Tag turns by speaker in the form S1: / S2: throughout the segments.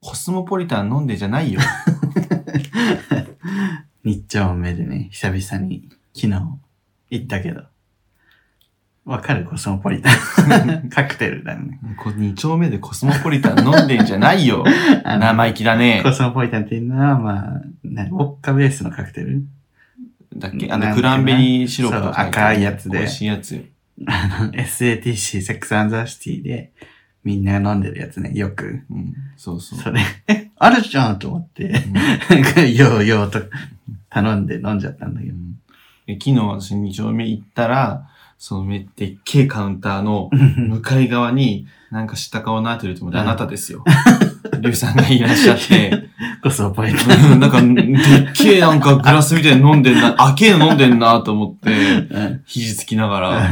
S1: コスモポリタン飲んでじゃないよ。
S2: 日茶おめでね、久々に昨日行ったけど。わかるコスモポリタ ン。カクテルだよね。
S1: こ2丁目でコスモポリタン飲んでんじゃない よ。
S2: あの
S1: 生意気だね
S2: コ。スモポリタンっていうのは、まあ、なウォッカベースのカクテル
S1: だっけ
S2: な
S1: あ
S2: んだっ
S1: の、ク
S2: けな
S1: ランベリーシロップが入ってる
S2: そう赤いやつで
S1: 美味しいやつよ。
S2: あの ?SATC、セックスアンドザシティで、みんな飲んでるやつね、よく。
S1: うん。そうそう。
S2: それ、 え、あるじゃんと思って、
S1: うん
S2: なんか、ようようと頼んで飲んじゃったんだけ
S1: う
S2: ど。
S1: んで昨日私2丁目行ったら、そのめでっけえカウンターの向かい側に、なんか知った顔のなってると思って、
S2: うん
S1: あなたですよ。リュウさんがいらっしゃって、
S2: コスモポリタン。
S1: うんなんかでっけえなんかグラスみたいに飲んでんな、あけえの飲んでんなと思って、
S2: うん
S1: 肘つきなが ら、な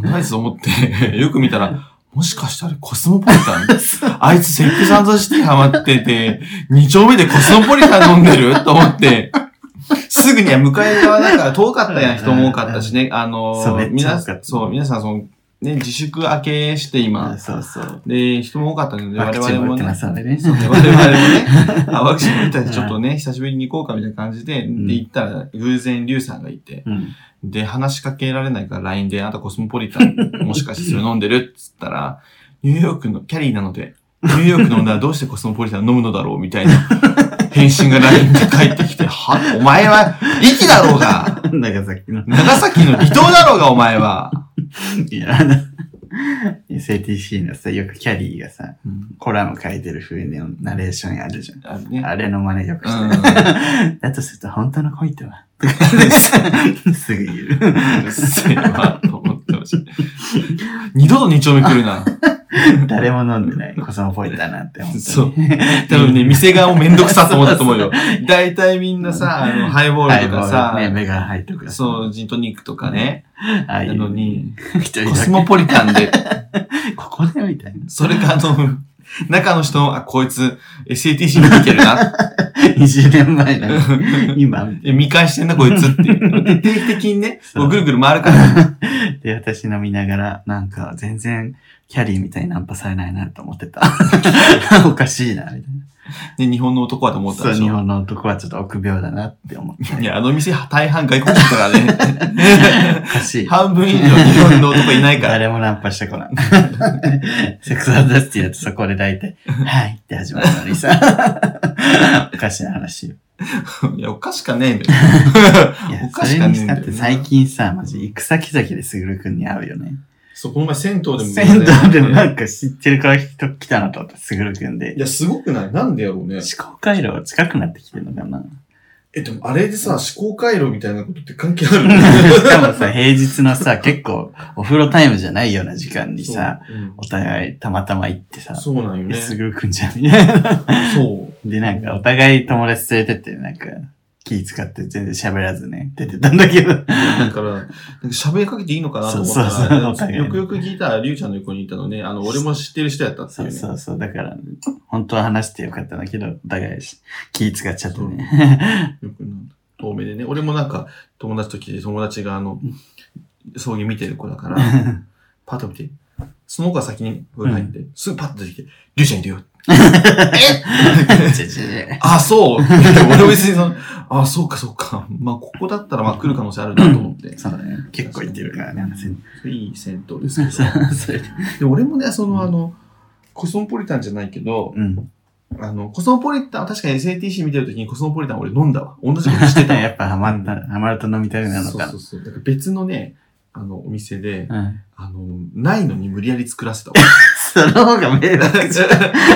S1: んだあいつと思って、 よく見たら、もしかしてあれコスモポリタン あいつセックスアンドザシティハマってて、2丁目でコスモポリタン飲んでると思って、すぐには向かい側だから遠かったやん、人も多かったしね。あの
S2: そうめっちゃ
S1: 皆
S2: 多か
S1: さ
S2: っ
S1: ん、
S2: た
S1: そう、皆さん、その、ね、自粛明けして今、
S2: そうそう。
S1: で、人も多かったので、
S2: ワ
S1: 我
S2: クチン
S1: 々も
S2: も打って
S1: ね
S2: ま、すのでね。
S1: そうね、我々もね、あワクチン打ったらちょっとね、久しぶりに行こうかみたいな感じで、
S2: ん
S1: で、行ったら、偶然、リュウさんがいて、
S2: うん。
S1: で、話しかけられないから LINE で、あなたコスモポリタ ン、もしかしてそれ飲んでるっつったら、ニューヨークの、キャリーなので、ニューヨークの女はどうしてコスモポリタン飲むのだろうみたいな返信が LINE で返ってきて、は、お前は、息だろうが
S2: なんかさっきの、
S1: 長崎の離島だろうが、お前は、
S2: いや、あの、SATC のさ、よくキャリーがさ、
S1: うん、
S2: コラム書いてる風のナレーションあるじゃん。
S1: あれね。
S2: あれの真似よく
S1: う
S2: して。だとすると、本当の恋と は。とかすぐ言う。
S1: ん。うるせえわ、と思ってほしい。二度と二丁目来るな。
S2: 誰も飲んでない、コスモポリタンなんて、本当に。
S1: そう多分ね、店側もめんどくさと思ったと思う よ。大体みんなさ、あの、ハイボールとかさ
S2: ハ、イボールね、目が入ってくる。
S1: そう、ジントニックとかね。
S2: ああい
S1: な
S2: う
S1: のに、
S2: 一人
S1: コス
S2: だ
S1: モポリタンで、
S2: け。ここでみたいな。
S1: それかあの、中の人も、あ、こいつ、SATC 見てきてる な。
S2: 20年前なの に。今、
S1: え見返してんな、こいつって。 定期的にね、こ
S2: そう
S1: うぐるぐる回るから。
S2: で、私飲みながら、なんか、全然、キャリーみたいにナンパされないなと思 ってた。おかしいな、みたいな。
S1: ね、日本の男はと思った
S2: そ
S1: で
S2: う、
S1: し
S2: 日
S1: ょ。
S2: 本の男はちょっと臆病だなって思って。
S1: いや、あの店、大半外国人だからね。
S2: おかしい。
S1: 半分以上日本の男いないから。
S2: 誰もナンパしてこない。 セックスアンドザシティだとそこで 大体、はいって始まるのにさ。 おかしな話よ。
S1: いや、おかしか ねえんだよ。
S2: いや
S1: おかしかねえんだよな
S2: それにしたって最近さ、マジ、行く先々でスグル君に会うよね。
S1: そう、この前銭湯でも、
S2: 銭湯でもなんか知ってるから人来たのと思って、スグル君で
S1: い。や、すごくないなんでやろうね。
S2: 思考回路が近くなってきてるのか な。
S1: え、でもあれでさ、思考回路みたいなことって関係ある
S2: し かもさ、平日のさ、結構お風呂タイムじゃないような時間にさ、
S1: そううん
S2: お互いたまたま行ってさ、
S1: そうなんよね。
S2: すぐ来んじゃんみたいな。
S1: そう。
S2: で、なんかお互い友達連れてって、なんか気使って全然喋らずね、出てたんだけど。
S1: だから、なんか喋りかけていいのかなと思ったら、
S2: そうそうそうお互い
S1: よくよく聞いたら、りゅうちゃんの横にいたのね、あの、俺も知ってる人やったってい
S2: そうう
S1: ね。
S2: そうそう、だから、本当は話してよかったんだけど、お互いし気使っちゃってね。
S1: よくなんか遠目でね。俺もなんか、友達と来て、友達があの、葬儀見てる子だから、 パッと見て、その子が先に風呂入って、すぐパッと出てきて、りゅうちゃんいるよ。
S2: ちょちょちょ
S1: あ、そう 俺も別にその、あ、そうかそうか。まあ、ここだったらまあ来る可能性あるなと思って。
S2: そうだね。 結構行ってるからね、あの銭
S1: いい銭湯
S2: 湯
S1: ですけ ど。
S2: それで
S1: で俺もね、そのあの、コスモポリタンじゃないけど、
S2: うん。
S1: あの、コスモポリタン、確かに SATC 見てるときにコスモポリタン俺飲んだわ。同じことしてた
S2: やっぱハマった、ハマると飲みたいなの
S1: そう
S2: か
S1: そうそう。だから別のね、あの、お店で、
S2: な。うん。
S1: あの、ないのに無理やり作らせたわ。
S2: その方が迷惑じゃん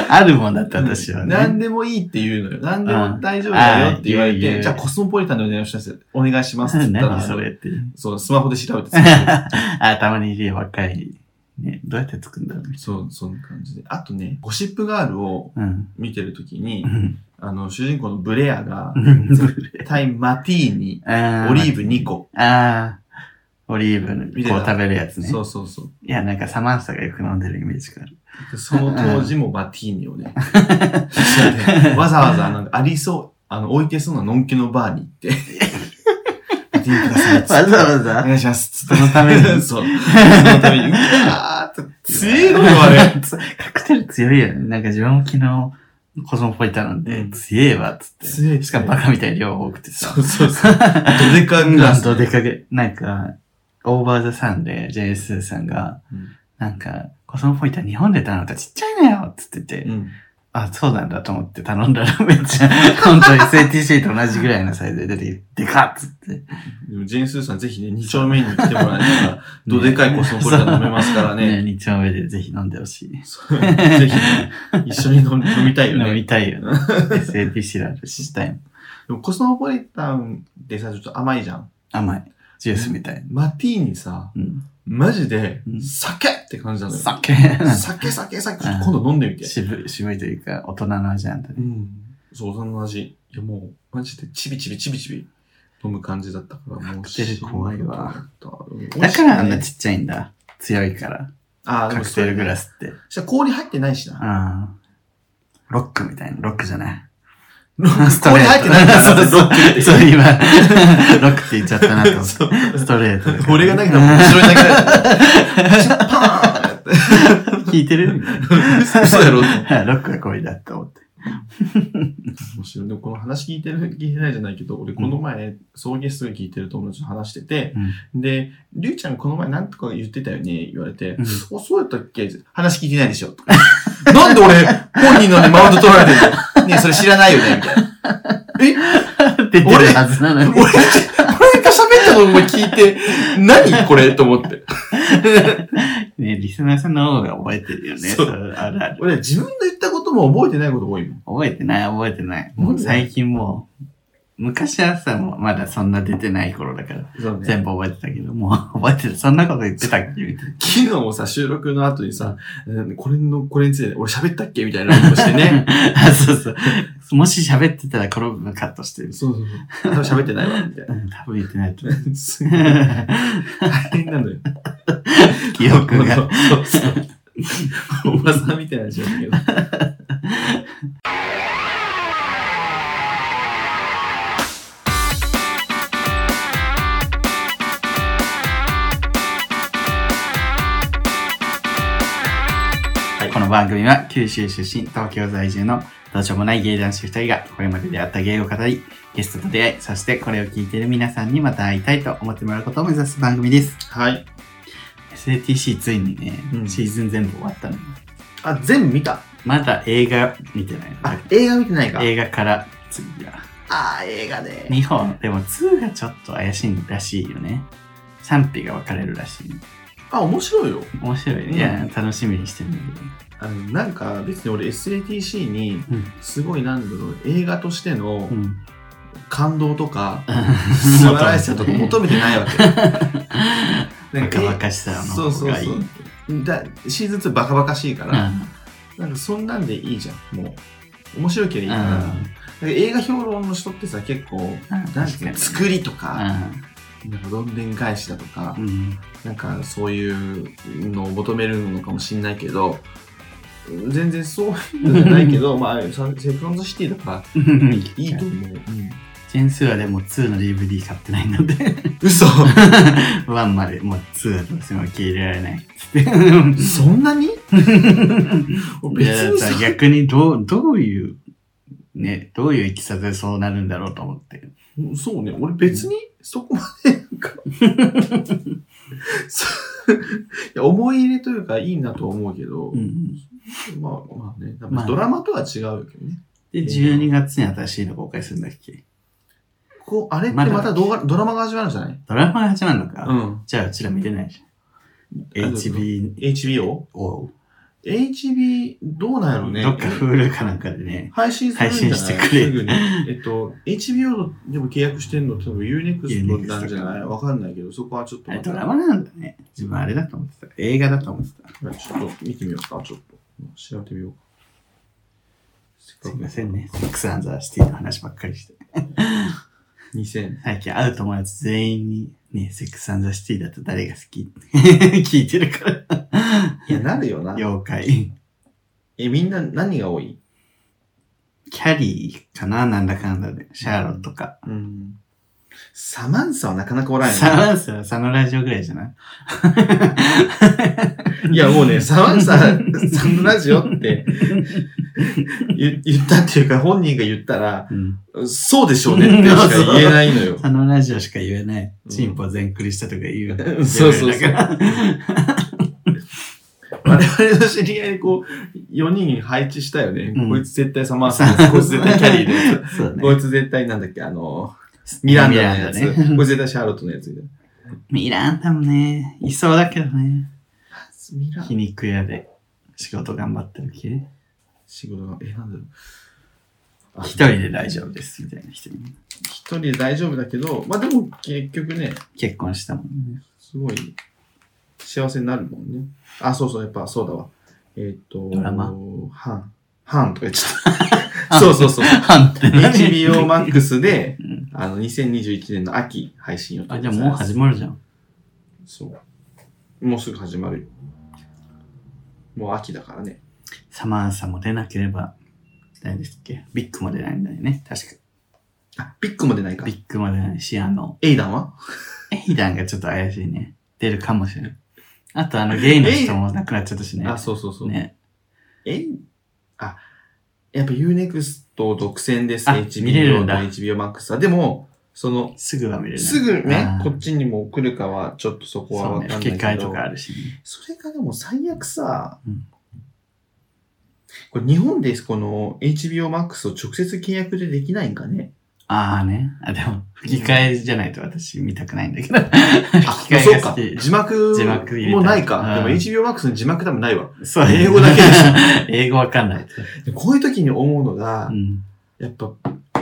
S2: あるもんだって 私は
S1: 何
S2: ね。
S1: でもいいって言うのよ。何で
S2: う
S1: も
S2: ん
S1: 大丈夫だよって言われ
S2: あー言う言
S1: て、
S2: う
S1: じゃあコスモポリタンでお願いします。お願いしますって言ったら、
S2: 何それって。
S1: そう、スマホで調べて
S2: あ、たまにいるよ、若い。ね、どうやって作るんだろうね
S1: そう、そんな感じで。あとね、ゴシップガールを
S2: うん。
S1: 見てるときに
S2: う、ん
S1: あの、主人公のブレアが、
S2: うん
S1: タイマティーニ、
S2: あ
S1: オリーブ2個。
S2: あー、オリーブのこう食べるやつね。
S1: そうそうそう。
S2: いや、なんかサマンサがよく飲んでるイメー ジがある。
S1: でその当時もマティーニを ね、わざわざなんかありそう、あの、置いてそうなのんきのバーに行って、マティーニくださいっつって。
S2: わざわ
S1: お
S2: ざ
S1: 願いします。
S2: そのために
S1: そう。そのために、う わーって、強いのよ、あれ。
S2: カクテル強いよね。なんか自分も昨日コスモポリタンなん
S1: う
S2: で
S1: ん、
S2: 強えわ、つって。
S1: 強い
S2: しかもバカみたいに量多くてさ
S1: そ。うそうそう。どでかんが。
S2: なんと出かけ、なんか、オーバーザさんで JS さんが、
S1: う
S2: なんか、コスモポリタン日本で頼んだらちっちゃいのよつってて、
S1: ん。
S2: あ、そうなんだと思って頼んだらめっちゃ、 本当に SATC と同じぐらいのサイズで出てきて、でかっつって。
S1: でも、ジェーンスーさんぜひね、二丁目に来てもらえたら、どでかいコスモポリタン飲めますから ね。
S2: ね、2丁目でぜひ飲んでほしい。
S1: そうぜひね、一緒に飲み飲みたいよ
S2: 飲
S1: ね。
S2: みた いよね。SATC だとしたいもん。
S1: でもコスモポリタンってさ、ちょっと甘いじゃん。
S2: 甘い。ジュースみたい。
S1: マティーにさ、
S2: うん。
S1: マジで
S2: う、ん
S1: 酒って感じなのよ。
S2: 酒。
S1: 酒、酒、酒、ちょっと今度飲んでみて。
S2: 渋い、渋いというか、大人の味なんだ
S1: う
S2: ね。
S1: ん。そう、そんな味。いや、もう、マジで、チビチビチビチビ飲む感じだったから、もう、
S2: カクテル怖いわ
S1: うん。
S2: だからあん
S1: 美
S2: な
S1: 味しいね、
S2: ちっちゃいんだ。強いから。
S1: あー、で
S2: カ
S1: も
S2: ク
S1: そ
S2: テ
S1: れ
S2: ルグラ
S1: ス。
S2: スって。
S1: じゃ氷入ってないしな。
S2: あーロックみたいな。ロックじゃない。
S1: 氷入
S2: ストレート
S1: ってないから、
S2: そうそう
S1: ロックって
S2: そ う、今、ロックって言っちゃったなと思って。
S1: そう
S2: ストレートで。
S1: 俺が投げたら後ろに投げられた。パーンって。
S2: 聞いてるみたいな。
S1: 嘘やろって
S2: ロックが恋だと思って。
S1: 面白い。でもこの話聞いてる、聞いてないじゃないけど、俺この前、送迎すごい聞いてる友達と話してて、
S2: うん
S1: で、りゅうちゃんこの前なんとか言ってたよね、言われて、
S2: うん
S1: お、そうやったっけ話聞いてないでしょとか なんで俺、本人のね、マウント取られてるの ねえそれ知らないよねみたいな。え
S2: 出てるはずなの
S1: 俺、
S2: に。
S1: 俺が喋ったのも聞いて、何これと思って。
S2: ねリスナーさんの方が覚えてるよね。
S1: そう
S2: そうあるある。
S1: 俺、自分の言ったことも覚えてないことが多いもん。
S2: 覚えてない、覚えてない。もう最近もう、昔はさ、もうまだそんな出てない頃だから、
S1: そうね。
S2: 全部覚えてたけど、もう覚えてる。そんなこと言ってたっけみたい
S1: 昨日もさ、収録の後にさ、うんこれの、これについて、俺喋ったっけみたいなことしてね。
S2: な。 あそうそう。もし喋ってたら転ぶのカットしてる。
S1: そうそうそう。多分喋ってないわ、みたいな。
S2: うん多分言ってないと 思
S1: すごい大変なのよ。
S2: う。記憶が。。
S1: そうそう。おばさんみたいな人だけど。
S2: この番組 は九州出身、東京在住のどうしようもない芸男子2人がこれまで出会った芸を語り、ゲストと出会い、そしてこれを聞いている皆さんにまた会いたいと思ってもらうことを目指す番組です。
S1: はい。
S2: SATC ついにね、
S1: うん
S2: シーズン全部終わったのよ。
S1: あ、全部見た。
S2: まだ映画見てない
S1: あ、映画見てないか
S2: の。。映画から次が。
S1: あー、映画ね。
S2: 日本、でも2がちょっと怪しいらしいよね。賛否が分かれるらしい。
S1: あ、面白いよ。
S2: 面白いね。いや、楽しみにしてるんだ
S1: あの、なんか別に俺 SATC に
S2: けど。
S1: すごいなんだろう、映画としての
S2: うん。
S1: 感動と か、
S2: 素
S1: 素晴らし さとか求めてないわ け。なん
S2: 若
S1: か
S2: 々しさ
S1: そ
S2: の
S1: うそ
S2: 方
S1: う
S2: がいい。
S1: そう。だシーズン2バカバカしいか
S2: う
S1: ら、なんかそんなんでいいじゃん。もう、面白いけどいいかな。なんか映画評論の人ってさ、結構、なんていうの作りとか、なんかどんでん返しだとか、なんかそういうのを求めるのかもしれないけど、全然そういうのじゃない けど、まあ、さセブンズシティだから
S2: うん。
S1: いいと
S2: ジ
S1: 思う。うん
S2: ェンスーはでも2の DVD 買ってないので、
S1: 嘘
S2: 1までもう2はどうしても受け入れられないっつって。い
S1: そんな に別
S2: やだ
S1: に
S2: か
S1: さ
S2: ら逆にどう、どういう、ね、どういういきさつでそうなるんだろうと思って。
S1: うんそうね、俺別にそこまでなん か そういや思い入れというかいいなとは思うけど、
S2: ん。
S1: まあまあね、
S2: まあ
S1: ドラマとは違うけどね。
S2: で、12月に新しいの公開するんだっけ
S1: こうあれって
S2: ま
S1: ま
S2: だ
S1: た動画ドラマが始まるんじゃない
S2: ドラマが始まるのか、
S1: ん。
S2: じゃあうちら見れないじゃ
S1: あ
S2: ん。
S1: どうぞ
S2: HBO
S1: HBO?HBO
S2: を、
S1: どうなんやろうね。
S2: どっか Hulu かなんかでね、
S1: 配信するんじゃない
S2: 配信してくれ
S1: すぐに。えっと、HBO でも契約してんのって多分 UNEXT なんじゃない
S2: Unext
S1: わかんないけど、そこはちょっと
S2: あれ
S1: また
S2: ドラマなんだね。自分あれだと思ってた。映画だと思ってた。
S1: ちょっと見てみようか、ちょっと。調べてみようか。せ
S2: す
S1: っか
S2: い
S1: く
S2: ませんね。セックスアンザーシティの話ばっかりして。
S1: 2000。
S2: 最近会う友達全員に、ね、セックスアンザーシティだと誰が好き聞いて るから。
S1: いや、なるよな。
S2: 妖怪。
S1: え、みんな何が多い
S2: キャリーかななんだかんだで。シャーロットか。
S1: うん。サマンサはなかなかおらんよ
S2: サ
S1: な
S2: マンサはサのラジオぐらいじゃない
S1: いや、もう ね、サマンサ、サンラジオって言言ったっていうか、本人が言ったら、
S2: うん。
S1: そうでしょうねってしか言えないのよ。
S2: サのラジオしか言えない。チンポ全クリしたとか言う。
S1: そうそうそう
S2: レベルだから
S1: 我々の知り合いにこう、4人配置したよね。
S2: うん
S1: こいつ絶対サマンサ です、こいつ絶対キャリーで。
S2: そう
S1: こ
S2: ね。
S1: いつ絶対なんだっけ、あの、ミランダのやつ。
S2: ミランダね
S1: こいつ絶対シャーロットのやつみたいな。
S2: ミランダもね、いそうだけどね。
S1: ミラン
S2: 皮肉屋で仕事頑張ってる系。
S1: 仕事が、え、なんだろう。あ
S2: 一人で大丈夫です、みたいな人に。
S1: 一人で大丈夫だけど、まあでも結局ね、
S2: 結婚したもん ね。
S1: すごい幸せになるもんね。あ、そうそう、やっぱそうだわ。えっ、と、
S2: ドラマ
S1: ハン。ハンとか言っち ゃった。そうそうそう。
S2: ハンって何
S1: HBO Max で
S2: うん、
S1: あの、2021年の秋配信予定
S2: あ、じゃあもう始まるじゃん。
S1: そう。もうすぐ始まるよ。もう秋だからね。
S2: サマンサも出なければ、誰ですっけビッグも出ないんだよね。確
S1: あ、ビッグも出ないか
S2: か。ビ。ッグも出ないし、あの、
S1: エイダンは
S2: エイダンがちょっと怪しいね。出るかもしれない。あとあのゲイの人も亡くなっちゃった しね。
S1: あ、そうそうそう。
S2: ね。
S1: えあ、やっぱ Unext 独占です。
S2: あ見れ
S1: HBO
S2: るん
S1: と
S2: だ
S1: HBO Max は。でも、その、
S2: すぐは見れない。
S1: すぐね
S2: あ、ー
S1: こっちにも来るかは、ちょっとそこは
S2: そう
S1: わか
S2: ね。
S1: んない
S2: 吹
S1: け
S2: き
S1: ど。
S2: 替えとかあるしね。
S1: それがでも最悪さ、
S2: うん
S1: これ日本でこの HBO Max を直接契約でできないんか ね。
S2: ああね。あ、でも、吹き替えじゃないと私見たくないんだけど。
S1: あ、
S2: 吹き替
S1: そう
S2: えが
S1: か
S2: 好。き。
S1: 字幕
S2: 字幕入れた
S1: もうないか。でも
S2: うん
S1: HBO Max の字幕多分ないわ。
S2: そう、
S1: 英語だけでしょ
S2: 英語わかんない。
S1: でこういう時に思うのが
S2: う、ん。
S1: やっぱ、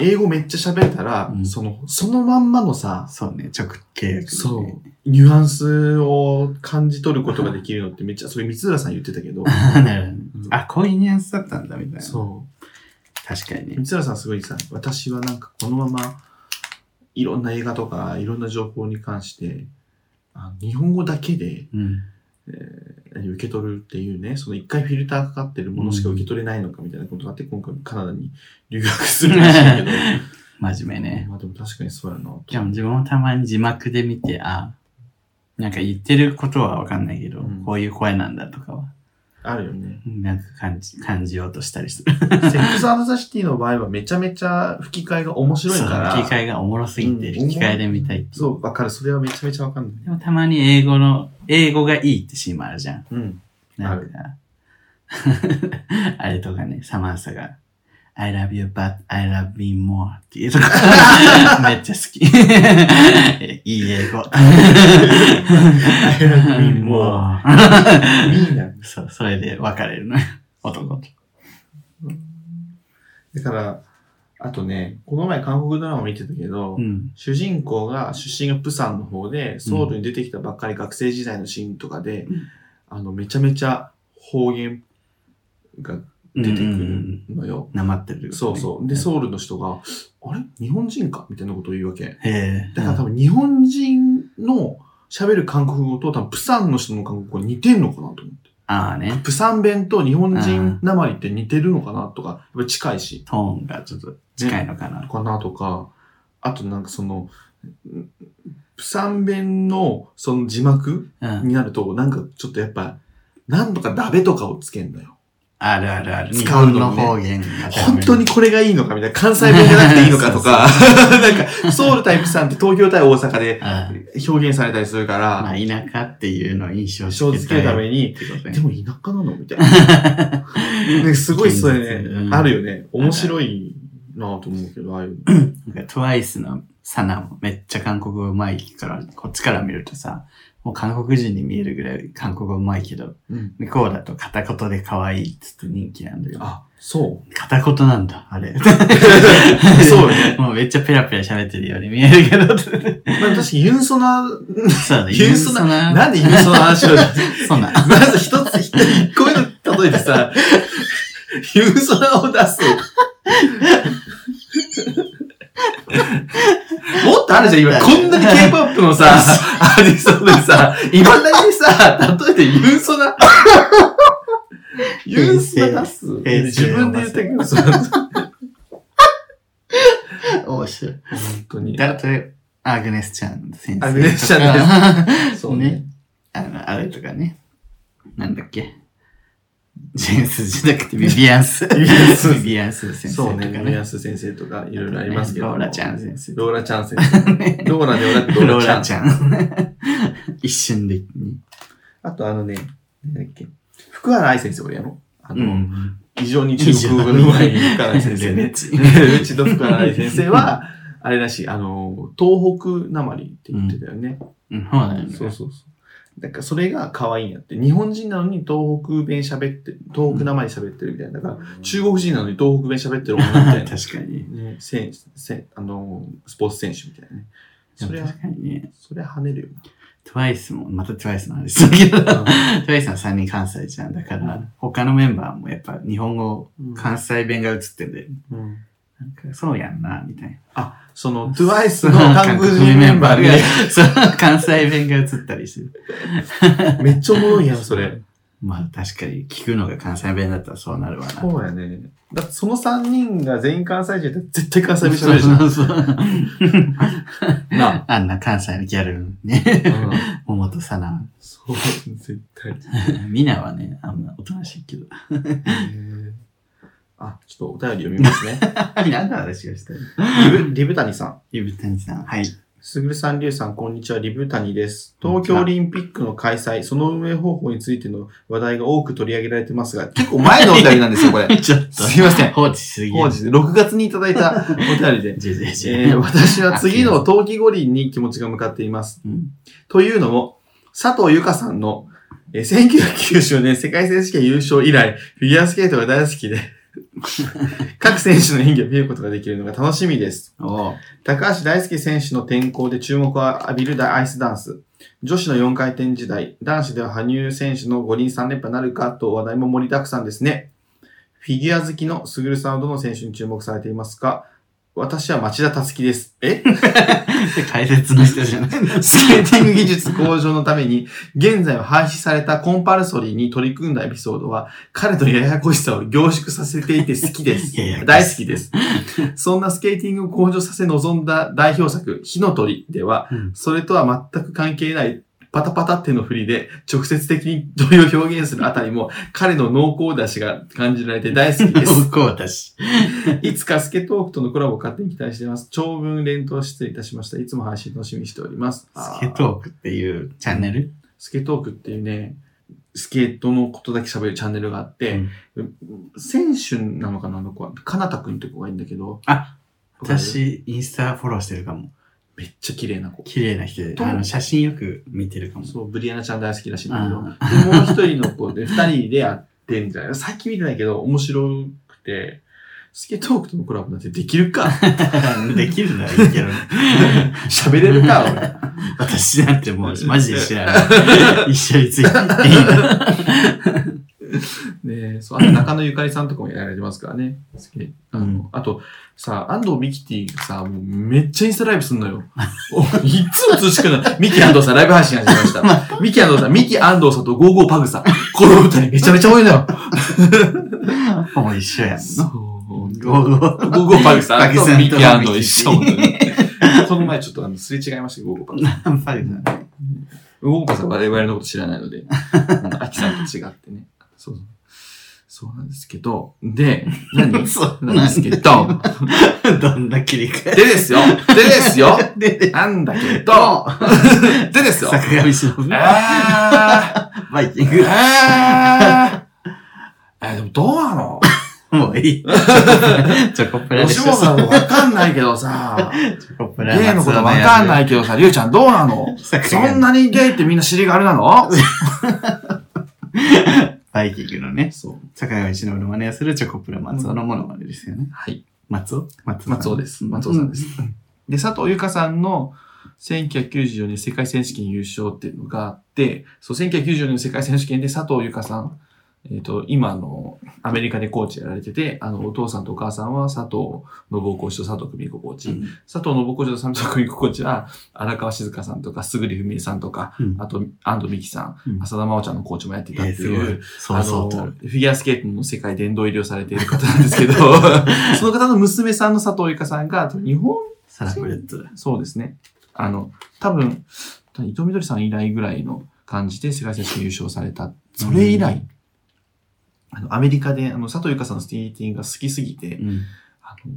S1: 英語めっちゃ喋ったら、
S2: うん
S1: その、そのまんまのさ、
S2: そうね。直契約。
S1: そう、ニュアンスを感じ取ることができるのってめっちゃ、それ三浦さん言ってたけど、
S2: あなるほどね
S1: うん
S2: あ、こういうニュアンスだったんだ、みたいな。
S1: そ
S2: 確かに
S1: う。
S2: ね。
S1: 三浦さんすごいさ、私はなんかこのまま、いろんな映画とか、いろんな情報に関して、あ日本語だけで、
S2: うん。
S1: えー受け取るっていうね、その一回フィルターかかってるものしか受け取れないのかみたいなことがあって、今回カナダに留学するらしいけど、
S2: 真面目 ね。
S1: まあでも確かにそうやなと。
S2: でも自分もたまに字幕で見て、あ、なんか言ってることはわかんないけど、
S1: うん
S2: こういう声なんだとかは、
S1: あるよね。
S2: なんか感じ、感じようとしたりする。
S1: セックスアンドザシティの場合はめちゃめちゃ吹き替えが面白いから。
S2: そう吹き替えがおもろすぎて、
S1: うん
S2: 吹き替えで見たいっていう
S1: そう、わかる。それはめちゃめちゃわかんない。
S2: でもたまに英語の、英語がいいってシーンもあるじゃん。
S1: うん。
S2: なんか、あれとかね、サマンサが、I love you but I love me more っ ていうとか、めっちゃ好き。 えいい英語。I
S1: love me more. いいな。
S2: そう、それで別れ るの。男と。
S1: だから、あとね、この前韓国ドラマ見てたけど、
S2: ん。
S1: 主人公が出身がプサンの方で、ソウルに出てきたばっかり学生時代のシーンとかで、
S2: うん
S1: あの、めちゃめちゃ方言が
S2: 出
S1: 出
S2: て
S1: て
S2: く
S1: く
S2: る
S1: る。のよ。
S2: なまってる、
S1: そうそう。で、ソウルの人が、あれ日本人かみたいなことを言うわけ。
S2: う。へえ。
S1: だから多分日本人の喋る韓国語と多分プサンの人の韓国語が似てんのかなと思って。
S2: ああね。
S1: プサン弁と日本人なまりって似てるのかなとか、やっぱり近いし、
S2: トーンがちょっと近いのかな。
S1: かなとか、あとなんかその、うんプサン弁のその字幕
S2: うん。
S1: になると、なんかちょっとやっぱ、なんとかダベとかをつけんだよ。
S2: あるあるある。
S1: 使うのね
S2: 日本の方言が
S1: 本当にこれがいいのかみたいな、関西弁じゃなくていいのかと か、なんか、ソウル対プサンって東京対大阪で
S2: あ
S1: 表現されたりするか
S2: まあ、
S1: ら、
S2: 田舎っていうのを印象
S1: 正付けるために、
S2: ってこと
S1: で
S2: ね。
S1: も田舎なのみた いな。ね、すごいそれね、ある
S2: よ。
S1: よね。面白いなぁと思うけど、ああいうの。
S2: なんか TWICE のサナもめっちゃ韓国語うまいから、こっちから見るとさ、もう韓国人に見えるぐらい韓国語うまいけど、
S1: うん。
S2: 向こうだと片言で可愛いっつって人気なんだよ。
S1: あ、そ
S2: 片言なんだ、あれ。
S1: う。そうよ ね。
S2: もうめっちゃペラペラ喋ってるように見えるけど。
S1: まあ、確かにユンソナ、
S2: そうだ、
S1: ユンソナ、
S2: ナ。
S1: なんでユンソナの話を、
S2: そうな。
S1: まず一つ、一一個目の例えでさ、ユンソナを出す。もっとあるじゃん、今。こんなに K-POP のさ、アーティストでさ、今だけさ、例えてユンソナ。ユンソナ出す。
S2: 平成
S1: 自分で言ってくる。そう本
S2: 面白い。
S1: 当に。
S2: だって、アグネスちゃん先生とか。
S1: アグネスちゃん
S2: ん
S1: そうね
S2: ね。あの、あれとかね。なんだっけ。ジェーンスじゃな くてビビアンス。ビ
S1: ビアンス
S2: ビアンス先生と
S1: そう
S2: か
S1: ね、森
S2: ね。
S1: 安先生とかいろいろありますけど。
S2: ローラちゃん先生
S1: ローラちゃん先生。ローラではなく ロ
S2: ロ
S1: ー
S2: ー
S1: ラ
S2: ラ
S1: ち
S2: ち
S1: ゃん。
S2: ゃん。一瞬で、ね。
S1: あとあのね、なんだっけ。福原愛先生俺やろう。あの、
S2: ん。
S1: 異常に中国語がうまい福原愛先生ね。 うちの福原愛先生 は、あれらしい、あの、東北なまりって言ってたよね。
S2: うん、そうだよね。
S1: そうそうそう。だからそれが可愛いんやって。日本人なのに東北弁喋って、東北なまり喋ってるみたいな。だから、中国人なのに東北弁喋ってる女みたいな。
S2: 確かに。
S1: ね、選手選あのースポーツ選手みたいなね。それは、
S2: 確かにね。
S1: それは跳ねるよ
S2: トワイスも、またトワイスの話だけど、 ト
S1: な。
S2: ワイスの3人関西じゃん。だか
S1: う
S2: ら、他のメンバーもやっぱ日本語、
S1: うん
S2: 関西弁が映ってんで、
S1: うん
S2: なんかそうやんな、みたいな。
S1: あ、その、TWICE の韓国人メンバー
S2: が
S1: で、、
S2: そう、関西弁が映ったりする。
S1: めっちゃおもろいやん、それ。
S2: まあ確かに聞くのが関西弁だったらそうなるわな。
S1: そうやね。だってその3人が全員関西人だったら絶対関西
S2: そ
S1: 弁喋
S2: う
S1: るじゃん。
S2: そうそう。
S1: な
S2: あんな関西のギャルね、 桃とさな。
S1: そう、絶対。
S2: みなはね、あんまおとなしいけど。
S1: あ、ちょっとお便り読みますね。
S2: みなの話がしたい。
S1: リブリブタニさん。
S2: ゆぶたにさん、はい。
S1: すぐるさん、りゅうさん、こんにちは。リブタニです。東京オリンピックの開催、その運営方法についての話題が多く取り上げられてますが、
S3: 結構前のお便りなんですよ、こ れ。
S2: ちょっと。
S3: すいません。
S2: 放置しすぎ。。
S1: 本日6月にいただいたお便りで
S2: じゃじゃじ ゃ。
S1: えー私は次の冬季五輪に気持ちが向かってい ます。
S2: うん
S1: というのも、佐藤由香さんの、えー1994年世界選手権優勝以来、フィギュアスケートが大 好きで、各選手の演技を見ることができるのが楽しみです。
S2: おう
S1: 高橋大輔選手の転向で注目を浴びるアイスダンス。女子の4回転時代、男子では羽生選手の五輪3連覇なるかと話題も盛りだくさんですね。フィギュア好きのすぐるさんはどの選手に注目されていますか私は町田たつきです。え
S2: で解説の人じゃない。。
S1: スケーティング技術向上のために、現在は廃止されたコンパルソリーに取り組んだエピソードは、彼のややこしさを凝縮させていて好きです
S2: ややこしい
S1: 大好き です。そんなスケーティングを向上させ望んだ代表作、火の鳥では、
S2: うん
S1: それとは全く関係ないパタパタっての振りで直接的に鳥を表現するあたりも彼の濃厚出しが感じられて大好きです。
S2: おこうだし。
S1: いつかスケトークとのコラボを勝手に期待しています。長文連投失礼いたしました。いつも配信楽しみにしております。
S2: スケ
S1: あー
S2: トークっていうチャンネル
S1: スケトークっていうね、スケートのことだけ喋るチャンネルがあって、選手なのかなあの子は。かなたくんって子がいいんだけど。
S2: あ、
S1: わかる、
S2: 私、インスタフォローしてるかも。
S1: めっちゃ綺麗な子。
S2: 綺麗な人で、あの、写真よく見てるかも。
S1: そう、ブリアナちゃん大好きらしいんだけど、
S2: あ
S1: でもう一人の子で、二人でやってんじゃない最近見てないけど、面白くて、スケトークとのコラボなんてできる か
S2: ーできるならいい けど。
S1: 喋れるか
S2: 私なんて もう、マジで知ら ない。一緒についてっていいな。
S1: 俺ねそう、あと中野ゆかりさんとかもやられてますからね。スケあの
S2: うん
S1: あと、さ、安藤美キティがさ、もうめっちゃインスタライブすんのよ。おいつも通しくない。ミキ安藤さんライブ配信始めました。ミキ安藤さん、ミキ安藤さんとゴーゴーパグさん。この二人めちゃめちゃ多いの よ。
S2: もう一緒やんの。
S1: そう
S2: ゴーゴー。
S3: ゴーゴーパグさんとミキアンド一緒。
S1: その前ちょっとあのすれ違いましたけど、ゴーゴーパグさん
S2: ナンパルだ
S1: ウォンカさんは我々のこと知らないので、うんアキさんと違ってね。そう。そうなんですけど、で、何なん
S2: そう
S1: ですけど、
S2: どんな切り替え
S3: でですよでですよ
S2: で、
S1: なんだけど、
S2: と、
S3: でですよ
S2: 坂上忍、
S3: あ
S2: バイキン
S3: ー
S2: グ。
S3: あーえーでもどうなの
S2: もういい。 チョコプラでし
S3: 吉
S2: ょ。
S3: 本さんもわかんないけどさ、
S2: チョコプラ。
S3: ゲイのことわかんないいけどさ、りゅうちゃんどうなのそんなにゲイってみんな尻があれなの
S2: バイキングのね、
S1: そう。
S2: 坂上忍の真似をするチョコプラ松尾のものまでですよね。
S1: はい。
S2: 松尾松
S1: 松尾
S2: で。
S1: です。松尾さんです。で、佐藤由香さんの1994年世界選手権優勝っていうのがあって、そう、1994年の世界選手権で佐藤由香さん、えっ、と、今あのアメリカでコーチやられてて、あの、お父さんとお母さんは佐藤信夫コーチと佐藤久美子コーチ、
S2: うん
S1: 佐藤信夫コーチと佐藤久美子コーチは、荒川静香さんとか、すぐりふみえさんとか、
S2: うん
S1: あと、安藤美希さ
S2: うん
S1: ん、浅田真央ちゃんのコーチもやって
S2: え
S1: たって
S2: ー、す
S1: い
S2: ご
S1: う
S2: い。、そうそう
S1: あの
S2: と。
S1: フィギュアスケートの世界殿堂入りをされている方なん ですけど、その方の娘さんの佐藤由香さんが、日本、
S2: サラブレッドだ。
S1: そうですね。あの、多分、多分伊藤みどりさん以来ぐらいの感じで世界選手権優勝された。それ以来、あの、アメリカで、あの、佐藤由香さんのスティーティングが好きすぎて、
S2: うん。
S1: あの、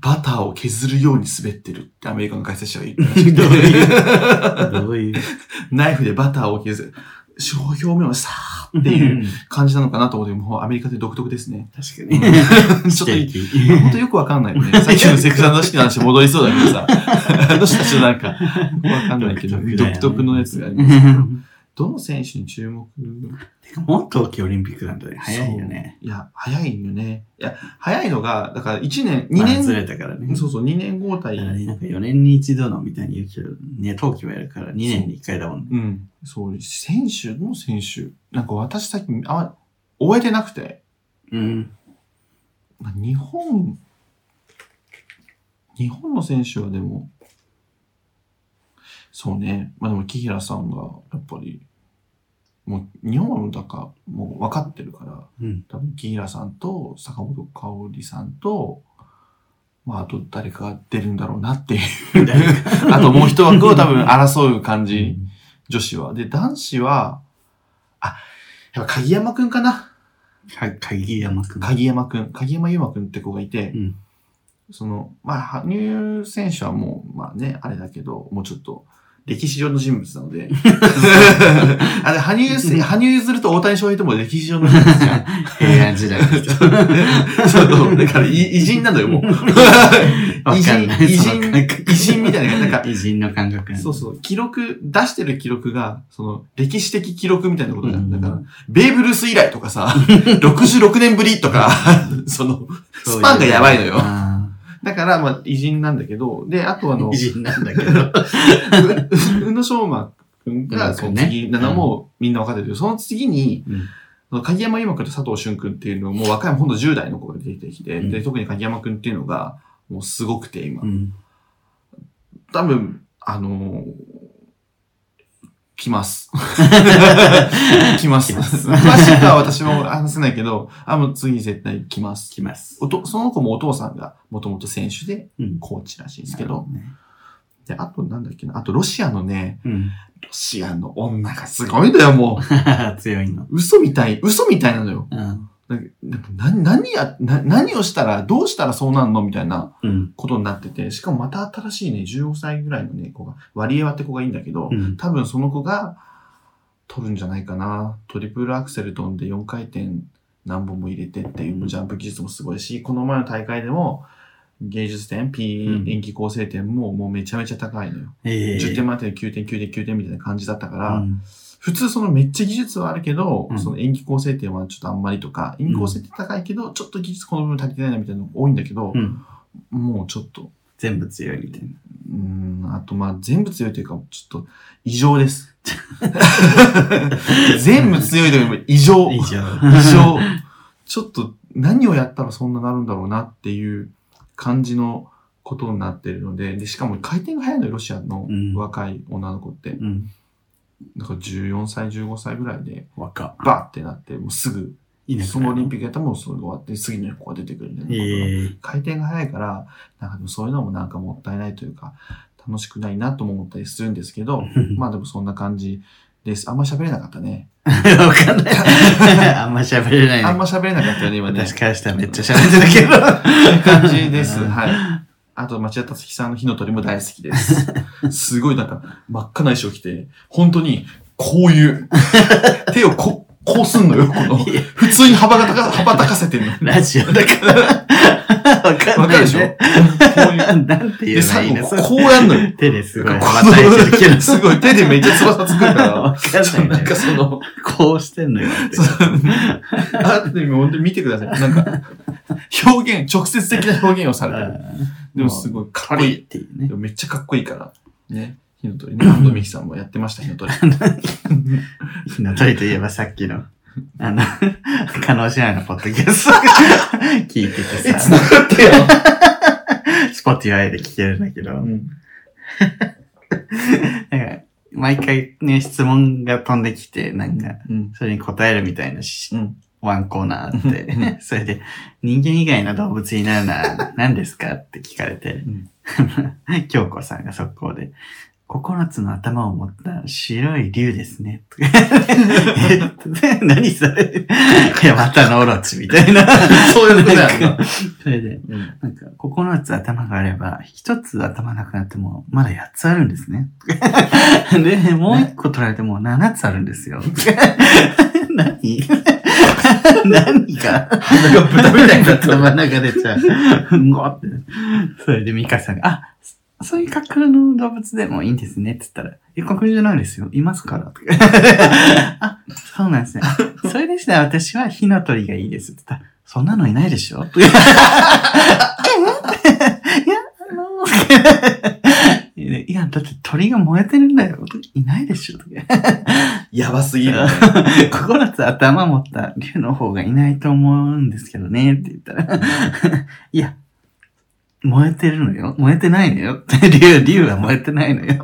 S1: バターを削るように滑ってるってアメリカの解説者が言ってま
S2: どういう
S1: した。
S2: どういう。
S1: ナイフでバターを削る。小表面をさーっていう
S2: うん。
S1: 感じなのかなと思って、もうアメリカって独特です ね。
S2: 確
S1: ち
S2: かに。
S1: ょっと、本当よくわかんないよ ね。さっきのセクサンド式の話戻りそうだけどさ。あの人たちのなんか、よくわかんないけど、
S2: 独特だよね
S1: 独特のやつがありますけど。
S2: て
S1: どの選手に注目
S2: かもっと大きいオリンピックなんだね。早いよね。
S1: いや、早いよね。いや、早いのが、だから1年、
S2: ま
S1: 2
S2: あ
S1: 年、
S2: ずれたからね。
S1: そうそう、2年交
S2: だから
S1: 代。
S2: ねなんか4年に一度のみたいに言うけど、ね、冬季はやるから2年に1回だもんね。
S1: うん。そう、選手の選手。なんか私さっき、あんま、終えてなくて。
S2: うん。
S1: まあ日本、日本の選手はでも、そうね、まあでも、木平さんが、やっぱり、もう、日本はもうだから、もう分かってるから、
S2: うん。
S1: 多分、木平さんと、坂本香織さんと、まあ、あと誰かが出るんだろうなっていう。あともう一枠を多分争う感じ、女子は。で、男子は、あ、やっぱ鍵山くんかな。
S2: か鍵山くん。
S1: 鍵山くん、鍵山優真くんって子がいて、
S2: うん
S1: その、まあ、羽生選手はもう、まあね、あれだけど、もうちょっと、歴史上の人物なの で、あれ、羽生せ、羽生結弦と大谷翔平とも歴史上の人物じ ゃん。
S2: 平安時代の人。
S1: そう、だから、い偉人なのよ、 もう。
S2: わかんない
S1: 偉
S2: その
S1: 人
S2: 感覚
S1: 偉人みたいな、なんか、
S2: 偉人の感覚
S1: そう
S2: う。
S1: そう、記録、出してる記録が、その、歴史的記録みたいなことじゃん。
S2: うん
S1: だから、ベーブ・ルース以来とかさ、66年ぶりとか、その、スパンがやばいのよ
S2: あ
S1: だから、まあ、偉人なんだけど、で、あとあ
S2: ー
S1: の、
S2: 偉人なんだけど。
S1: う宇野昌磨くんが、
S2: 宇野
S1: そ
S2: く
S1: の
S2: んね
S1: 次、7もみんな分かってるけど、その次に
S2: うん、
S1: その鍵山優真くんと佐藤俊くんっていうのも、若い、ほんと10代の子が出てきて、
S2: うん
S1: で、特に鍵山くんっていうのが、もうすごくて、今
S2: う。ん。
S1: 多分、あのー来ます。来ます。
S2: 来
S1: 詳
S2: ま
S1: し
S2: す
S1: くは私も話せないけど、あ、もう次絶対来ます。
S2: 来ます。
S1: おと、その子もお父さんがもともと選手で
S2: うん。
S1: コーチらしいんですけど、。で、あとなんだっけな、あとロシアのね、
S2: うん。
S1: ロシアの女がすごいんだよ、も
S2: 強いの。
S1: う。嘘みたい、嘘みたいなのよ。
S2: うん。
S1: なんかなんか何何やな、何をしたら、どうしたらそうなんのみたいな
S2: うん。
S1: ことになってて、しかもまた新しいね、15歳ぐらいのね、子が、ワリエワって子がいいんだけど、
S2: うん。
S1: 多分その子が取るんじゃないかな。トリプルアクセル飛んで4回転何本も入れてっていうジャンプ技術もすごいし、この前の大会でも芸術点、P、
S2: うん
S1: 演技構成点ももうめちゃめちゃ高いのよ。
S2: ええ
S1: 10点満点で9点、9点、9点みたいな感じだったから、
S2: うん
S1: 普通そのめっちゃ技術はあるけど、
S2: うん
S1: その演技構成点はちょっとあんまりとか、演技構成点高いけど、ちょっと技術この部分足りてないなみたいなのが多いんだけど
S2: う、ん。
S1: もうちょっと、
S2: 全部強いみたいな。
S1: うーん、あとまあ全部強いというか、ちょっと異常 です。全部強いというよりも異常。
S2: 以
S1: 異
S2: 上。
S1: 常。ちょっと何をやったらそんななるんだろうなっていう感じのことになってるので、で、しかも回転が早いのよ、ロシアの
S2: うん
S1: 若い女の子って。
S2: うん。
S1: だから14歳、15歳ぐらいで、
S2: 若。
S1: バーってなって、もうすぐ、
S2: いいね。
S1: そのオリンピックやったらもうすぐ終わって、次の子が出てくるみたいな。
S2: ええ。
S1: 回転が早いから、なんかでもそういうのもなんかもったいないというか、楽しくないなとも思ったりするんですけど、まあでもそんな感じです。あんま喋れなかったね。
S2: わかん ない。あんま喋れないね。
S1: あんま喋れなかったよね、今ね。
S2: 私からしたらめっちゃ喋ってるけど。。
S1: 感じです。はいい。あと、町田達樹さんの火の鳥も大好きです。すごいなんか、真っ赤な衣装着て、本当に、こういう、手をこ、こうすんのよ、この。 普通に幅が高、幅高せてんの。
S2: ラジオだから。わか
S1: わ
S2: ん
S1: か
S2: な
S1: る
S2: いね
S1: でしょこういう。
S2: なんて言
S1: で、
S2: うの
S1: 最
S2: いいね。
S1: 後、こうやんのよ。
S2: 手ですごい。
S1: こ
S2: またいてるけど
S1: のすごい、手でめっちゃ翼作るから
S2: わ。かん
S1: そう
S2: な
S1: ないん
S2: ね
S1: か。その、
S2: こうしてんのよって
S1: そ。うあでも本当に見てください。なんか、表現、直接的な表現をされてる。でもすごいかっこいい。
S2: っていうね
S1: で。もめっちゃかっこいいから。ね。火の鳥ね。安藤美希さんもやってました、火の鳥。
S2: 火の鳥といえばさっきの、あの、可能姉妹のポッドキャスト 聞いてて
S1: え、
S2: さ、
S1: 繋がったよ。
S2: スポティワイで聞けるんだけど、なんか、毎回ね、質問が飛んできて、なんか、
S1: うん。
S2: それに答えるみたいなし
S1: うん
S2: ワンコーナーあって、 それで、人間以外の動物になるなら何ですかって聞かれて
S4: うん、
S2: 京子さんが速攻で、9つの頭を持った白い竜ですね。 とかえ何それ山田のオロチみたいな。
S1: そういうことやん
S2: なん
S1: な
S2: か。それで、
S1: うん
S2: なんか、9つ頭があれば、1つ頭なくなっても、まだ8つあるんですね。で、もう1個取られても7つあるんですよ。何 何が
S1: 鼻が豚みたいになってる
S2: 頭の中出ちゃう。うんごって。それでミカさんが、あ、そそういう格好の動物でもいいんですねって言ったら、え、格好じゃないですよ。いますから。とかあ、そうなんですね。あそれでしたら私は火の鳥がいいですって言ったら、そんなのいないでしょとかえいや、あのいや、だって鳥が燃えてるんだよ。いないでしょとか
S1: やばすぎ る。
S2: 9つ頭持った竜の方がいないと思うんですけどね、って言ったら、 いや、燃えてるのよ。燃えてないのよ って。竜、竜は燃えてないのよ。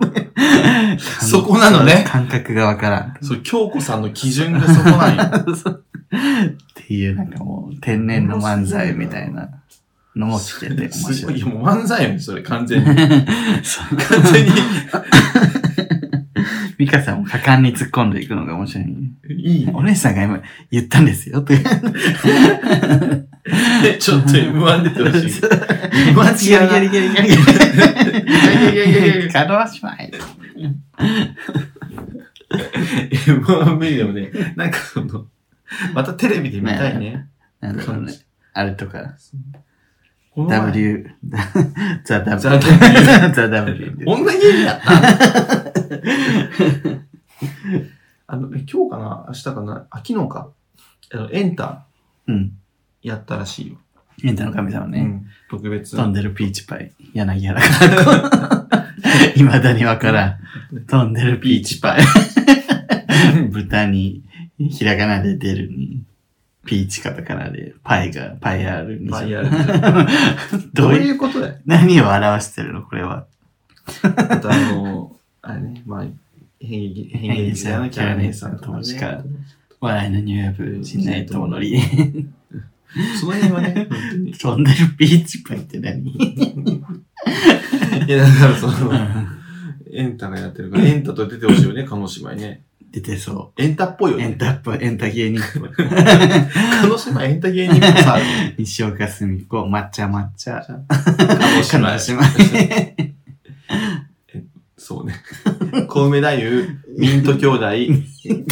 S1: そこなのね
S2: 感覚がわからん。
S1: そう、京子さんの基準がそこなんよ。
S2: っていう、なんかもう、天然の漫才みたいなのも聞けて 面
S1: す
S2: 白
S1: ごい。
S2: い
S1: い。や、もう漫才よね、それ、完 全に。
S2: そう
S1: 完全に。
S2: 美香さんも果敢に突っ込んでいくのが面白いね。
S1: いい ね。
S2: お姉さんが今言ったんですよ、とか。
S1: ちょっと M1 出てほしい。
S2: マ
S1: マ
S2: ジ
S1: ジ
S2: や
S1: や
S2: り
S1: な
S2: やりやり
S1: い
S2: やり。
S1: やいやいやいやいや。
S2: カドワシマイ。
S1: M1 無理でもね、なんかその、またテレビで見たいね。
S2: なんだろうね。あれとか、
S1: この前
S2: W、ザ・ W、
S1: ザ W
S2: ザ・ W で。
S1: 女芸人だった あの、え今日かな明日かなあ、昨日か。あの、エンタ
S2: うん。
S1: やったらしいよ。
S2: エンタの神様
S1: う
S2: ね。
S1: ん特別。
S2: 飛んでるピーチパイ、柳原かな子。いまだにわからん。飛んでるピーチパイ。豚に、ひらがなで出るに、ピーチカタカナで、パイが、パイアールに。
S1: まあ、や
S2: ど
S1: ど
S2: う
S1: う
S2: い、
S1: いううことだよ。
S2: 何を表してるのこれは。
S1: あとあの、あれね、まあ、変劇、変劇じゃなきゃねえさんとか
S2: 投資家
S1: ね。
S2: 笑いのニューヨーク、陣内智則。
S1: その辺はね、本当に。
S2: 飛んでるピーチパイって何
S1: いや、だからその、エンタがやってるから、エンタと出てほしいよね、カノ姉妹ね。
S2: 出てそ
S1: エンタっぽいよ
S2: う。エン
S1: ね。
S2: タっぽい、エンタ芸人っぽい。
S1: カノ姉妹エンタ芸人っぽさあるよね。
S2: 西岡澄子、抹茶抹茶。
S1: 鹿
S2: 悲
S1: 児
S2: し
S1: 島
S2: まい。
S1: そうね。小梅太夫、ミント兄弟、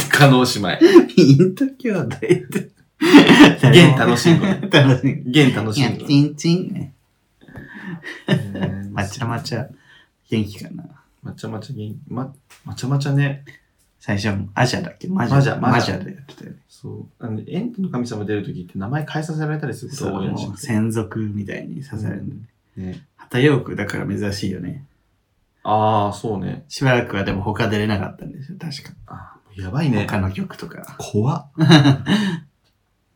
S1: 加納姉妹。
S2: イント兄弟って。
S1: ゲン楽しんごね
S2: 楽しん
S1: 現楽
S2: ご。い
S1: し
S2: や、
S1: んご。
S2: チンチンね。抹
S1: 抹
S2: 茶抹。茶。元気かな。
S1: 抹茶抹茶元気。ま、抹茶抹茶ね。
S2: 最初、マジャだっけマ
S1: マジャ
S2: マ
S1: マ
S2: ジ
S1: ジャ
S2: ャでやってたよね。
S1: そう。あの、エンタの神様出るときって名前変えさせられたりすること
S2: そ
S1: が多
S2: う、
S1: いらし
S2: もう専属みたいに刺されるんだよね。
S1: い。ね。
S2: 旗ヨークだから珍しいよね。
S1: ああ、そうね。
S2: しばらくはでも他出れなかったんですよ、確か。
S1: あーやばいね。
S2: 他の曲とか。
S1: 怖 っ。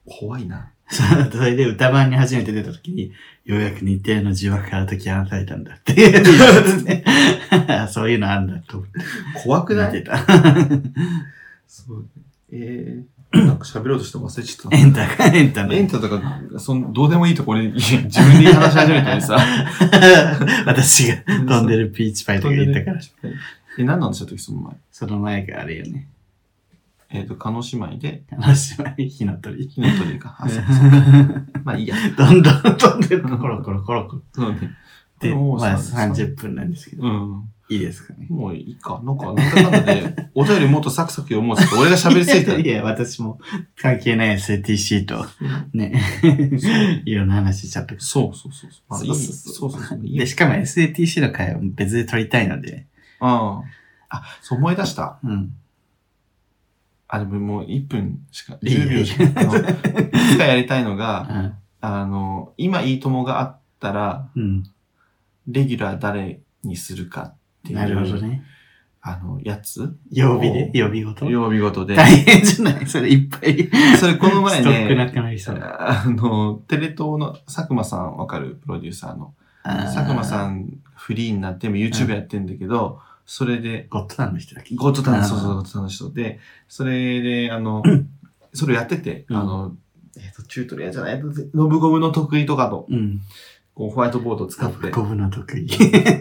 S1: 怖いな。
S2: そうそれで歌番に初めて出た時に、ようやく日程の字幕から解き放たれたんだってい う、ね。そういうのあんだと思って
S1: 怖くな
S2: 見て
S1: い
S2: た。
S1: そう。ええー。なんか喋ろうとして忘れちゃった
S2: エンタが、エンタの。
S4: エンタとか、その、どうでもいいところで、自分で言い話し始めたりさ。
S2: 私が飛んでるピーチパイとか言ったから。
S1: え、何なんでしたっけ、その前。
S2: その前があれよね。
S1: えっ、と、カノ姉妹で、
S2: 楽しみ、火の鳥。
S1: 火の鳥か。あ、そう まあいいや。
S2: どんどん飛んでる、コロコロコロコロ。
S1: そうね。
S2: で、
S1: もう
S2: まあ
S1: さ
S2: 30分なんですけど、
S1: うん。
S2: いいですかね。
S1: もういいか。なんか、なんだかんだ で、お便りもっとサクサク読もうっつって、俺が喋りすぎた。
S2: いや、私も関係ない STC と、ね、 いろんな話しちゃった
S1: そうそうそう。まあいい。
S2: そうそ
S1: そううそうそう。いい
S2: で、しかも SATC の回を別で撮りたいので、
S1: うん。あ、そう思い出した。
S2: うん。
S1: あ、でももう1分しか、
S2: いやいや
S1: 10秒しか。あのいつかやりたいのが、
S2: あ
S1: あの、今いいともがあったら、
S2: うん。
S1: レギュラー誰にするかっていう。
S2: なるほど。ね。
S1: あの、やつ
S2: 曜日で
S1: お
S2: 曜日ごと
S1: 曜日ごとで。
S2: 大変じゃないそれいっぱい。
S1: それこの前
S2: ストックな
S1: ね、
S2: くなりそう。
S1: あの、テレ東の佐久間さんわかるプロデューサーの。佐久間
S2: ん。
S1: さんフリーになっても YouTube やってんだけど、それで、
S2: ゴッドタンの人だっけ
S1: ゴッドタ
S2: あー
S1: ン、そうそう、ゴッドタンの人で、それで、あの、それをやってて、
S2: うん
S1: あの、
S5: えっと、チュートリアルじゃない、えっと、ぜ
S1: ノブゴムの得意とかと、
S2: うん。
S1: こうホワイトボードを使って
S2: ゴブの得意。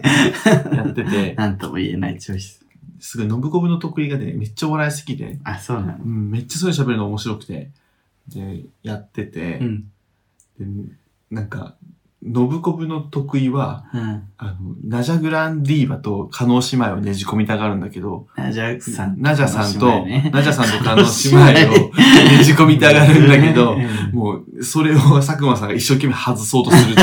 S1: やってて、
S2: なんとも言えないチョイス。
S1: すごいノブゴムの得意がね、めっちゃお笑い好きで、
S2: あ、そうなの。
S1: うん、めっちゃそれ喋るの面白くて、で、やってて、
S2: うん。
S1: でなんか、ノブコブの得意は、
S2: うん。
S1: あの、ナジャグランディーバとカノー姉妹をねじ込みたがるんだけど、
S2: ナジャさん。
S1: ナジャさんと、ナジャさんとカ
S2: カ
S1: ノー
S2: ノー
S1: 姉妹
S2: 姉妹
S1: をねじ込みたがるんだけど
S2: うん、
S1: もう、それを佐久間さんが一生懸命外そうとす る。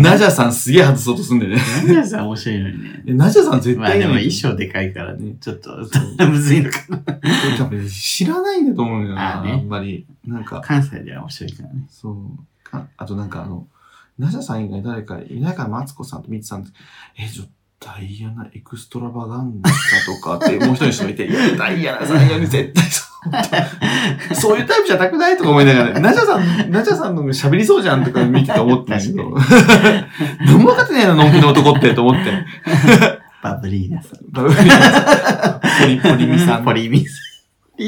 S1: ナジャさんすげえ外そうとすんだよね。
S2: ナジャさん面白いのにね。
S1: でナジャさん絶
S2: まあ
S1: 対
S2: で
S1: ね
S2: も衣装でかいからね、ちょっと、
S1: う
S2: むずいのかな。
S1: 多分知らないんだと思うよな、
S2: あーね
S1: あんまり。なんか、
S2: 関西では面白いからね。
S1: そう。かあとなんかあの、ナジャさん以外誰かいないから、マツコさんとミツさんと、え、ちょ、ダイアナエクストラバガンダとかって、もう一人の人 がいて、いや、ダイアナさんより絶対そう、そういうタイプじゃなくないとか思いなが ら、ナジャさん、ナジャさんの喋りそうじゃんとか見てて思ったんだけど、 何も分かってないな、のんきの男って、と思 って。
S2: バブリーナさん。
S1: ポリポリミさん。
S2: ポリミさん。ポ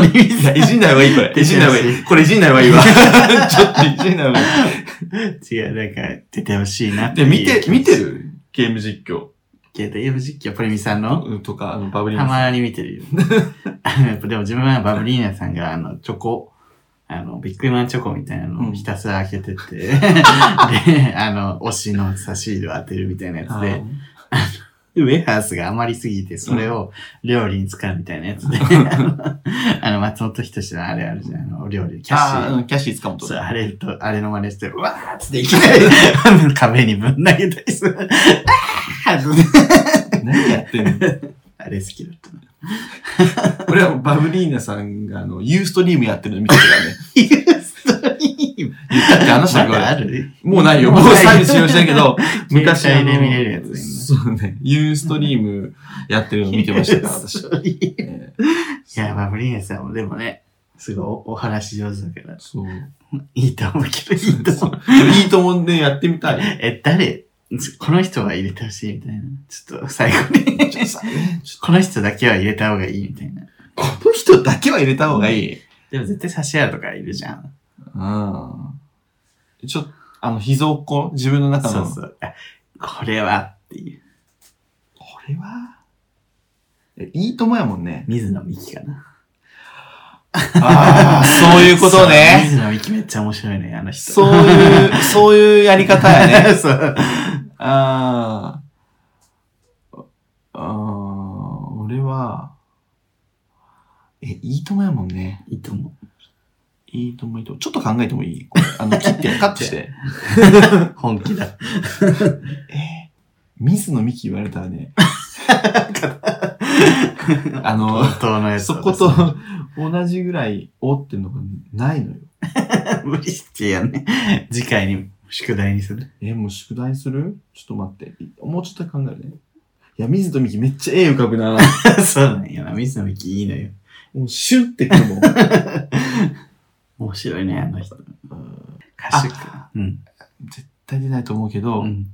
S2: リミ
S1: い
S2: さ
S1: や、
S2: ん。
S1: いじんない方がいい、これ。いじんない方がいい。これいじんない方がい いわ。ちょっといじんない方がいい。
S2: 違う、なんか、出てほしいなっ
S1: で、
S2: ていう
S1: 見て、見て
S2: る
S1: るゲーム実況
S2: けど、ゲーム実況、ポリミさんの
S1: うんとか、あの、バブリー
S2: た
S1: ナさん
S2: まに見てるよ。やっぱでも自分はバブリーナさんが、あの、チョコ、あの、ビックリマンチョコみたいなのをひたすら開けて って、で、あの、推しの差し入れを当てるみたいなやつ
S1: あ
S2: で、ウェハースが余りすぎて、それを料理に使うみたいなやつ で、あの、松本人志のあれあるじゃん、あの、お料理、キャッシ
S1: あー、
S2: ー。
S1: うんキャッシー塚本。
S2: そう、あれと、あれの真似して、うわーっつっていきなり、 あの壁にぶん投げたりする。あー
S1: 何やってんの
S2: あれ好きだったな。
S1: 俺はバブリーナさんが、あの、ユーストリームやってるの見てたからね。
S2: ユーストリーム。
S1: 言ったって話だ
S2: ま
S1: か
S2: だあ
S1: ら。
S2: る
S1: もうないよ。もうサービス使用してるけ ど、昔
S2: 携
S1: あ
S2: 帯
S1: の
S2: で見れるやつだよね
S1: そうね。ユーストリームやってるの見てましたか ら、私。
S2: い
S1: え
S2: や、バブリーナさんもでもね、すごいおお話上手だから
S1: ー、そう。
S2: いいと思うけど、いいと
S1: そ
S2: 思
S1: う
S2: う。
S1: でもいいと思うんでやってみたい。
S2: え、誰この人は入れてほしいみたいな。ちょっと最後に。
S1: ちょっとさ
S2: この人だけは入れた方がいいみたいな。
S1: この人だけは入れた方がいい。
S2: でも絶対差し合うとかいるじゃん。
S1: うん。ちょっと、あの、秘蔵っ子、自分の中
S2: そ
S1: の。
S2: うそう。あこれはっていう。
S1: これは、えいいともやもんね。
S2: 水野美紀かな。
S1: ああ、そういうこと
S2: そう
S1: ね。
S2: 水野美紀めっちゃ面白いね、あの人。
S1: そういう、そういうやり方や ね。
S2: そう。
S1: あーあー、俺は、え、いいともやもんね。
S2: いいと思
S1: いいともいいとも。ちょっと考えてもいいこれあの、切 って、カットして。
S2: う。本気だ。
S1: えー、水野美紀言われたらね。あの、
S2: 本当のやつ
S1: そ
S2: を
S1: こと同じぐらい、おってのがないのよ。
S2: 無理してやんね。次回に宿題にする。
S1: え、もう宿題するちょっと待って。もうちょっと考えるね。いや、水と美紀めっちゃ絵浮かぶ な。
S2: そうなんやな。水野美紀いいのよ。
S1: もうシュンってくるもん。 う
S2: 面白いね、あの人。
S1: ん
S2: 歌手か。うん。
S1: 絶対出ないと思うけど、
S2: うん。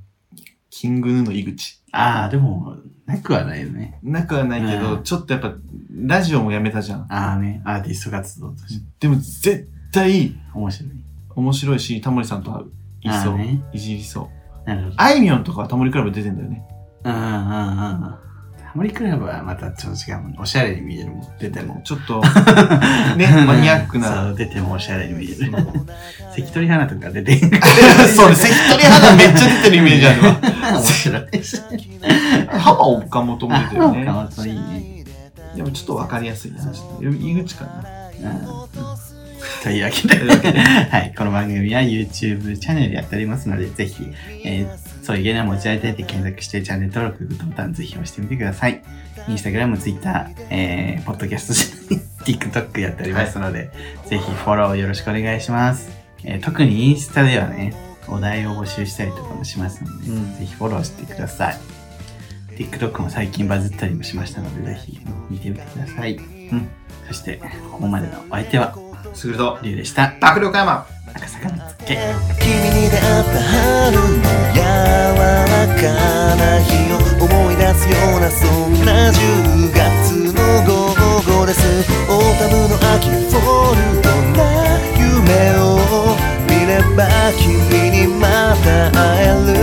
S1: キングヌーの井口。
S2: ああ、でも、なくはないよね。
S1: なくはないけど、
S2: うん
S1: ちょっとやっぱ、ラジオもやめたじゃん。
S2: ああね、アーティスト活動として
S1: でも絶対
S2: 面白い。
S1: 面白いし、タモリさんと会う。い
S2: あ
S1: そ
S2: あ
S1: う。
S2: ね。
S1: いじりそう。
S2: なるほど。
S1: あいみょんとかはタモリクラブ出てんだよね。
S2: うんうんうんうん。タモリクラブはまたちょっと違うもんね。おしゃれに見えるもん。出ても。
S1: ちょっ と、 ね、マニアックな。
S2: そう、出てもおしゃれに見える。関取花とか出てる。
S1: そうね、関取花めっちゃ出てるイメージある わ。
S2: 面白い。
S1: 浜岡本も出てるね。
S2: 岡本いいね。
S1: でもちょっと分かりやすいな。井口かな。
S2: うんというわけで、
S1: というわけで
S2: はい、この番組は YouTube チャンネルやっておりますので、ぜひ、えーそういう芸能持ち上げたいって検索してチャンネル登録、グッドボタンぜひ押してみてください。Instagram、Twitter、えー、ポッドキャスト、TikTok やっておりますので、ぜひフォローよろしくお願いします。えー特にインスタではね、お題を募集したりとかもしますので、
S1: うん
S2: ぜひフォローしてください。TikTok も最近バズったりもしましたので、ぜひ見てみてください。
S1: ん
S2: そして、ここまでのお相手は、
S1: すると、
S2: リュウでした。
S1: 爆力山。
S2: 赤坂見つ
S6: 君に出会った春の柔らか
S2: け。
S6: な日を思い出すようなそんな10月の午後ですオータムの秋フォル君にまた会える